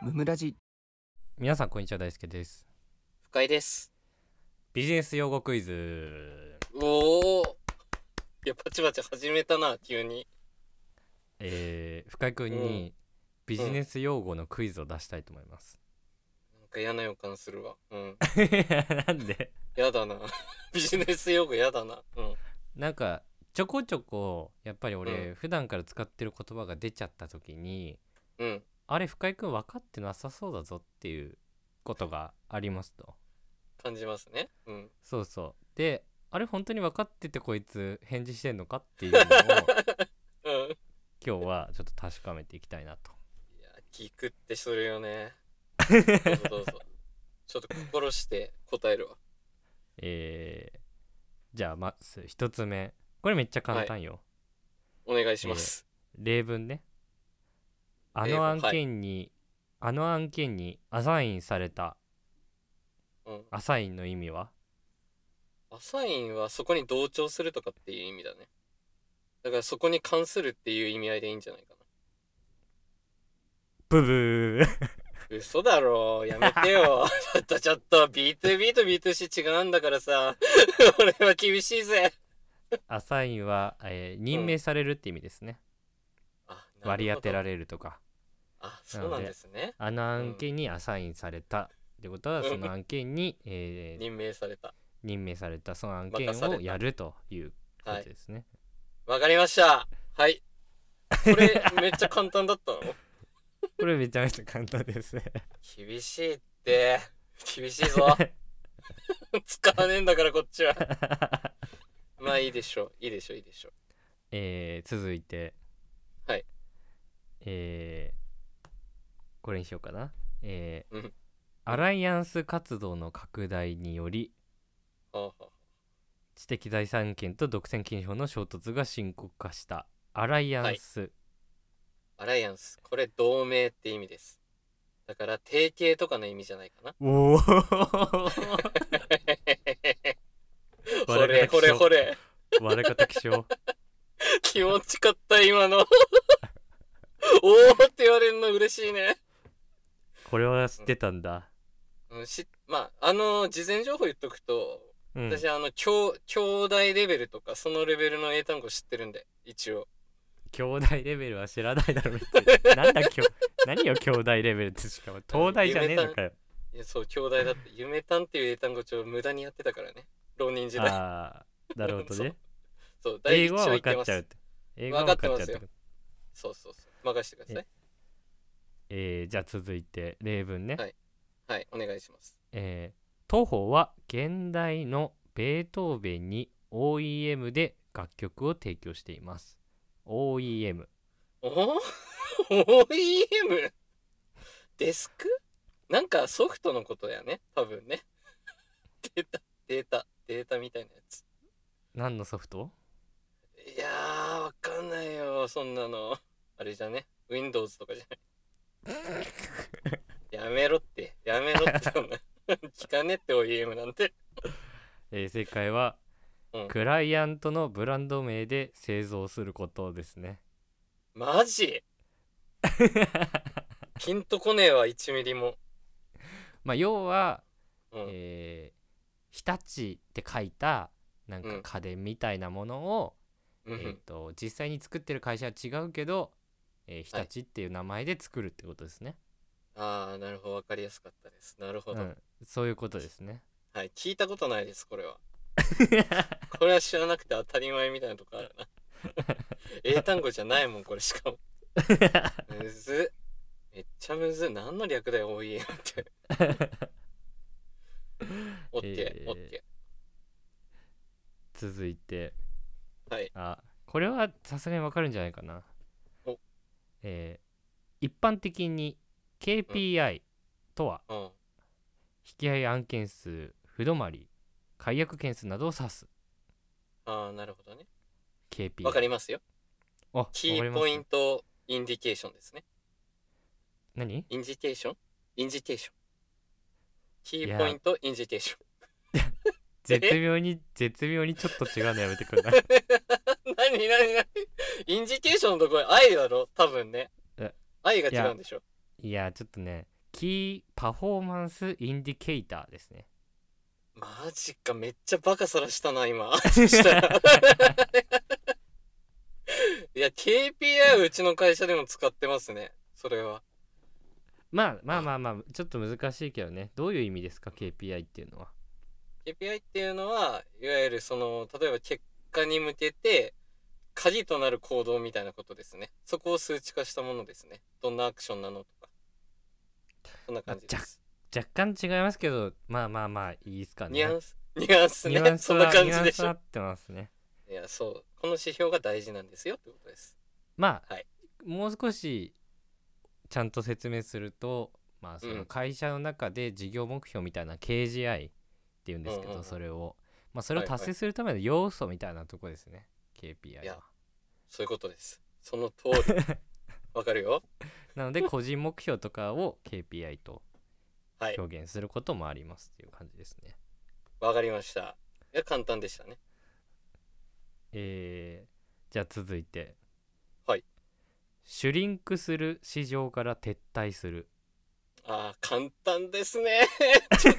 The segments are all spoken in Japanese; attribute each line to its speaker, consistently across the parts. Speaker 1: ムムラジ
Speaker 2: 皆さんこんにちは大輔です
Speaker 3: 深井です。
Speaker 2: ビジネス用語クイズ
Speaker 3: おお。いや、パチパチ始めたな、急に。
Speaker 2: えー、深井くん
Speaker 3: うん
Speaker 2: にビジネス用語のクイズを出したいと思います、
Speaker 3: なんか嫌な予感するわ。うん。
Speaker 2: なんで
Speaker 3: やだな。 ビジネス用語やだな。うん。
Speaker 2: なんかちょこちょこやっぱり俺、
Speaker 3: う
Speaker 2: 普段から使ってる言葉が出ちゃった時に
Speaker 3: うん。
Speaker 2: あれ深井くん分かってなさそうだぞっていうことがありますと
Speaker 3: 感じますね。うん。
Speaker 2: そうそうであれ本当に分かっててこいつ返事してんのかっていう のを
Speaker 3: うん。
Speaker 2: 今日はちょっと確かめていきたいなと
Speaker 3: いや、聞くってするよね。どうぞ どうぞ。ちょっと心して答えるわ。
Speaker 2: えーじゃあまず一つ目これめっちゃ簡単よ、
Speaker 3: お願いします。
Speaker 2: 例文ねあ
Speaker 3: 例文
Speaker 2: の案件に、あの案件にアサインされた
Speaker 3: うん。
Speaker 2: アサインの意味は
Speaker 3: アサインはそこに同調するとかっていう意味だね。だからそこに関するっていう意味合いでいいんじゃないかな。
Speaker 2: ブブー
Speaker 3: 嘘だろやめてよちょっとちょっと B2B と B2C 違うんだからさ 俺は厳しいぜ
Speaker 2: アサインは、えー任命されるって意味ですね、
Speaker 3: あ
Speaker 2: 割り当てら
Speaker 3: れ
Speaker 2: れるとか
Speaker 3: あそうなんですね
Speaker 2: あの案件にアサインされたってことは
Speaker 3: うん
Speaker 2: その案件 に、えー
Speaker 3: 任命された
Speaker 2: 任命されたその案件
Speaker 3: 任され
Speaker 2: を
Speaker 3: た
Speaker 2: やるというこ
Speaker 3: は
Speaker 2: と
Speaker 3: い
Speaker 2: ですね、
Speaker 3: わかりましたはいこれ めっちゃ簡単だったの
Speaker 2: これめちゃめちゃ簡単ですね
Speaker 3: 厳しいって厳しい ぞ使わねえんだからこっちはまあいいでしょういいでしょういいでしょ
Speaker 2: えー続いて
Speaker 3: はい
Speaker 2: えーこれにしようかなえー
Speaker 3: うん
Speaker 2: アライアンス活動の拡大により
Speaker 3: うはあはあ
Speaker 2: 知的財産権と独占禁止法の衝突が深刻化したアライアンス、
Speaker 3: アライアンスこれ同盟って意味ですだから提携とかの意味じゃないかな
Speaker 2: おお 笑
Speaker 3: ほれほれほれ
Speaker 2: い方気象
Speaker 3: 気持ちかった今の おーって言われるの嬉しいね、
Speaker 2: これは知ってたんだ、
Speaker 3: うん、しまああの事前情報言っとくと、
Speaker 2: うん、
Speaker 3: 私あの兄兄弟レベルとかそのレベルの英単語知ってるんで一応
Speaker 2: 兄弟レベルは知らないだろう ってなんだきょ何よ兄弟レベルってしかも東大じゃねえのか よ
Speaker 3: いやそう兄弟 だって「夢単」っていう英単語帳無駄にやってたからね浪人時代
Speaker 2: ああなるほどね
Speaker 3: そう第
Speaker 2: 英
Speaker 3: 一
Speaker 2: 語は
Speaker 3: 章
Speaker 2: 分
Speaker 3: いけ
Speaker 2: か
Speaker 3: ま
Speaker 2: っちゃうっ
Speaker 3: す
Speaker 2: て英語は分かっちゃうって
Speaker 3: 分かってますそうそうそう任せてください
Speaker 2: えーじゃあ続いて例文ね、
Speaker 3: はいはいお願いします
Speaker 2: えー当方は現代のベートーベンに OEM で楽曲を提供しています OEM
Speaker 3: おお OEM デスクなんかソフトのことやね多分ねデータデータデータみたいなやつ
Speaker 2: 何のソフト
Speaker 3: いやーわかんないよそんなのあれじゃね Windows とかじゃ ないやめろってやめろってそんな聞かねって OEM なんて
Speaker 2: えー正解は、
Speaker 3: うん
Speaker 2: クライアントのブランド名で製造することですね
Speaker 3: マジピンとこねえわ1ミリも、
Speaker 2: まあ要は、
Speaker 3: うん
Speaker 2: えー日立って書いたなん
Speaker 3: う
Speaker 2: か
Speaker 3: ん
Speaker 2: 家電みたいなものを、
Speaker 3: うん
Speaker 2: えー、と実際に作ってる会社は違うけど、えー日
Speaker 3: はい
Speaker 2: 立っていう名前で作るってことですね、
Speaker 3: ああなるほどわかりやすかったですなるほど、
Speaker 2: うん、そういうことですね
Speaker 3: はい、聞いたことないです、これは。これは知らなくて当たり前みたいなとこあるな。英単語じゃないもん、これしかも。むずっ。めっちゃむずっ。何の略だよ、OEM って。オッケ
Speaker 2: え
Speaker 3: ー、
Speaker 2: ー
Speaker 3: オッケ
Speaker 2: 続いて
Speaker 3: はい
Speaker 2: あこれはさすがにわかるんじゃないかな
Speaker 3: お
Speaker 2: えー一般的に KPI とは
Speaker 3: ー。うん。
Speaker 2: 引き合い案件数不止まり解約件数などを指す
Speaker 3: ああ、なるほどね。
Speaker 2: KPI
Speaker 3: わかりますよ。
Speaker 2: あわか
Speaker 3: キ
Speaker 2: り
Speaker 3: ー
Speaker 2: ます
Speaker 3: ポイントインディケーションですね。
Speaker 2: 何
Speaker 3: インディケーションインディケーション。キ
Speaker 2: いや
Speaker 3: ーポイントインディケーショ
Speaker 2: 絶妙に絶妙にちょっと違うのやめてくれ ない
Speaker 3: ン。何何何インディケーションのところ愛だろ、多分ね
Speaker 2: え。
Speaker 3: 愛が違うんでしょ。
Speaker 2: いやちょっとねキーパフォーマンスインディケーターですね。
Speaker 3: マジか、めっちゃバカさらしたな、 今。 そしたらいや、KPI はうちの会社でも使ってますね。それは。
Speaker 2: まあまあまあまあ、ちょっと難しいけどね。どういう意味ですか、KPI っていうのは。
Speaker 3: KPI っていうのは、いわゆるその、例えば結果に向けて、鍵となる行動みたいなことですね。そこを数値化したものですね。どんなアクションなのとか。そんな感じです。
Speaker 2: 若干違いますけど、まあまあまあ、いいですかね。
Speaker 3: ニュアンス、ニュアンス
Speaker 2: ニュア
Speaker 3: ね。
Speaker 2: ンス
Speaker 3: そんな
Speaker 2: は
Speaker 3: 感
Speaker 2: ニュ
Speaker 3: じ
Speaker 2: アン
Speaker 3: で
Speaker 2: ス
Speaker 3: し
Speaker 2: は合
Speaker 3: ょ。
Speaker 2: ってますね。
Speaker 3: いや、そう。この指標が大事なんですよってことです。
Speaker 2: まあ、
Speaker 3: はい
Speaker 2: もう少しちゃんと説明すると、まあ、その会社の中で事業目標みたいな KGI っていうんですけ
Speaker 3: うんうんう
Speaker 2: ど
Speaker 3: ん
Speaker 2: それを、まあ、それを
Speaker 3: はいはい
Speaker 2: 達成するための要素みたいなとこですね KPI
Speaker 3: いや
Speaker 2: は。
Speaker 3: そういうことです。その通り。 わかるよ
Speaker 2: なので個人目標とかを KPI と
Speaker 3: はい。
Speaker 2: 表現することもありますっていう感じですね。
Speaker 3: わかりました。いや、簡単でしたね。
Speaker 2: えーじゃあ続いて、
Speaker 3: はい
Speaker 2: シュリンクする市場から撤退する。
Speaker 3: ああ、簡単で すね。ちょっ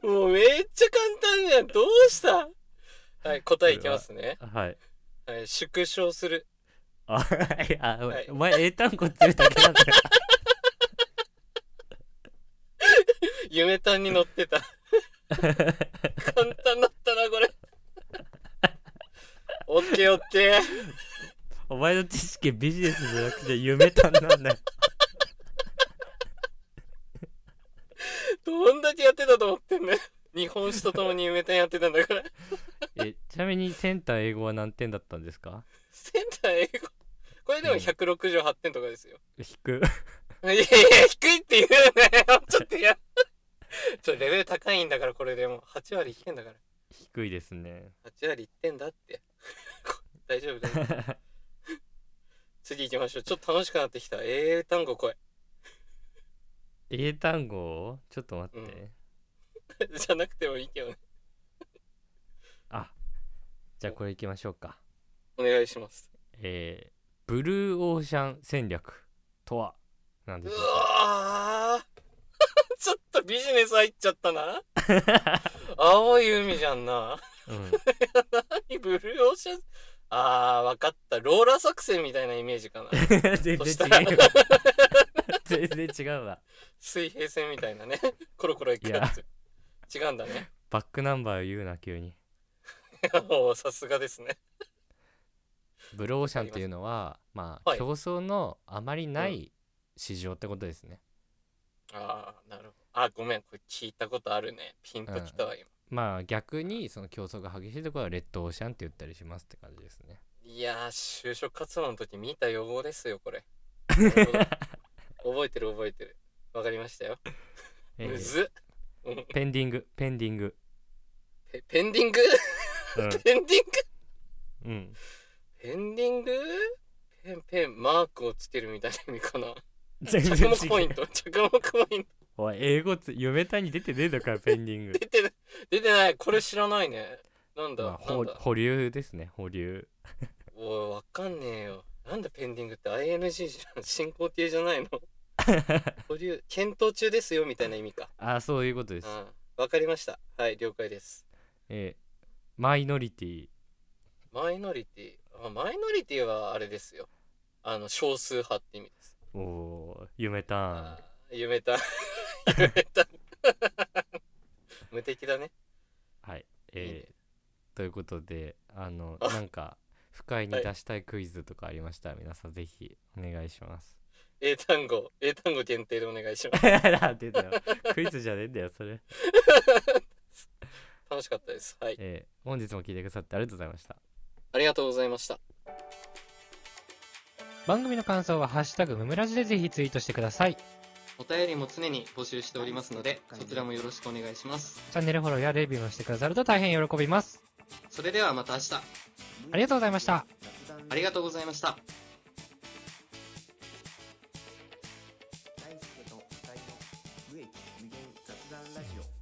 Speaker 3: ともうめっちゃ簡単じゃん。どうしたはい、答えいきますね。
Speaker 2: はい。
Speaker 3: はい、縮小する。
Speaker 2: あ、いや、
Speaker 3: はい
Speaker 2: お前英単語ってるだけなんだよ。
Speaker 3: 夢単に乗ってた。簡単だったな、これ。オッケーオッケー。
Speaker 2: お前の知識ビジネスじゃなくて夢単なんだよ。
Speaker 3: どんだけやってたと思ってんだよ。日本史とともに夢単やってたんだから。
Speaker 2: え、ちなみにセンター英語は何点だったんですか
Speaker 3: センター英語。これでも168点とかですよ。
Speaker 2: 引く。
Speaker 3: いやいや、低いって言うなよ。ちょっといや。ちょ、レベル高いんだから、これでも。8割低いんだから。
Speaker 2: 低いですね。
Speaker 3: 8割いってんだって。大丈夫だよ。次行きましょう。ちょっと楽しくなってきた。英単語来い。
Speaker 2: 英単語ちょっと待って。
Speaker 3: うんじゃなくてもいいけどね。
Speaker 2: あ、じゃあこれいきましょうか。
Speaker 3: お願いします。
Speaker 2: えー、ブルーオーシャン戦略とは何
Speaker 3: う
Speaker 2: でしょうか
Speaker 3: わー。 ちょっとビジネス入っちゃったな。青い海じゃんな。
Speaker 2: うん、
Speaker 3: 何ブルーオーシャン。あー、わかった。ローラー作戦みたいなイメージかな。
Speaker 2: 全
Speaker 3: そ
Speaker 2: 然
Speaker 3: したら
Speaker 2: 違う。全然違うわ。
Speaker 3: 水平線みたいなね コロコロいくやつ違うんだね
Speaker 2: バックナンバーを言うな、急に。
Speaker 3: おーさすがですね
Speaker 2: ブルーオーシャンっていうのは、まあ、
Speaker 3: はい
Speaker 2: 競争のあまりない市場ってことですね。
Speaker 3: ああなるほどあごめんこれ聞いたことあるねピンときたわ今、
Speaker 2: まあ逆にその競争が激しいところはレッドオーシャンって言ったりしますって感じですね。
Speaker 3: いやー就職活動の時見た用語ですよこれなるほど覚えてる覚えてるわかりましたよ、
Speaker 2: えー
Speaker 3: むずっうん
Speaker 2: ペンディング、ペンディング。
Speaker 3: ペペンディングペンディング
Speaker 2: うん。うん、
Speaker 3: ペンディングペンペンマークをつけるみたいな意味かな
Speaker 2: 全
Speaker 3: 着目ポイント着目ポイント
Speaker 2: おい、英語つ、読めたに出てねえだから、ペンディング
Speaker 3: 出。てない出てないこれ知らないね なんだ、
Speaker 2: まあ、
Speaker 3: な
Speaker 2: 保
Speaker 3: んだ
Speaker 2: 保留ですね、保留。
Speaker 3: おいわかんねえよなんだペンディングって ING じゃん進行形じ ゃないの保留検討中ですよみたいな意味か
Speaker 2: ああ、そういうことです。
Speaker 3: ああわかりましたはい了解です
Speaker 2: えーマイノリティ。
Speaker 3: マイノリティあマイノリティはあれですよあの少数派って意味です
Speaker 2: おおー、夢ターン
Speaker 3: あ。あ夢た夢た無敵だね
Speaker 2: はい。
Speaker 3: いいね
Speaker 2: えーということで、あの、
Speaker 3: あ
Speaker 2: なんか、不快に
Speaker 3: はい
Speaker 2: 出したいクイズとかありましたら、皆さんぜひお願いします。
Speaker 3: 英単語英単語限定でお願いしま す
Speaker 2: なんて言うんだよ。クイズじゃねえんだよ、それ。
Speaker 3: 楽しかったですはい
Speaker 2: えー本日も聞いてくださってありがとうございました
Speaker 3: ありがとうございました
Speaker 2: 番組の感想は「ハッシュタグむむらじ」でぜひツイートしてくださいチ
Speaker 3: お便りも常に募集しておりますので、そちらもよろしくお願いします。
Speaker 2: ャンネルフォローやレビューもしてくださると大変喜びます
Speaker 3: それではまた明日、
Speaker 2: ありがとうございました
Speaker 3: ありがとうございました。
Speaker 1: 大輔と二人の無益無限雑談ラジオ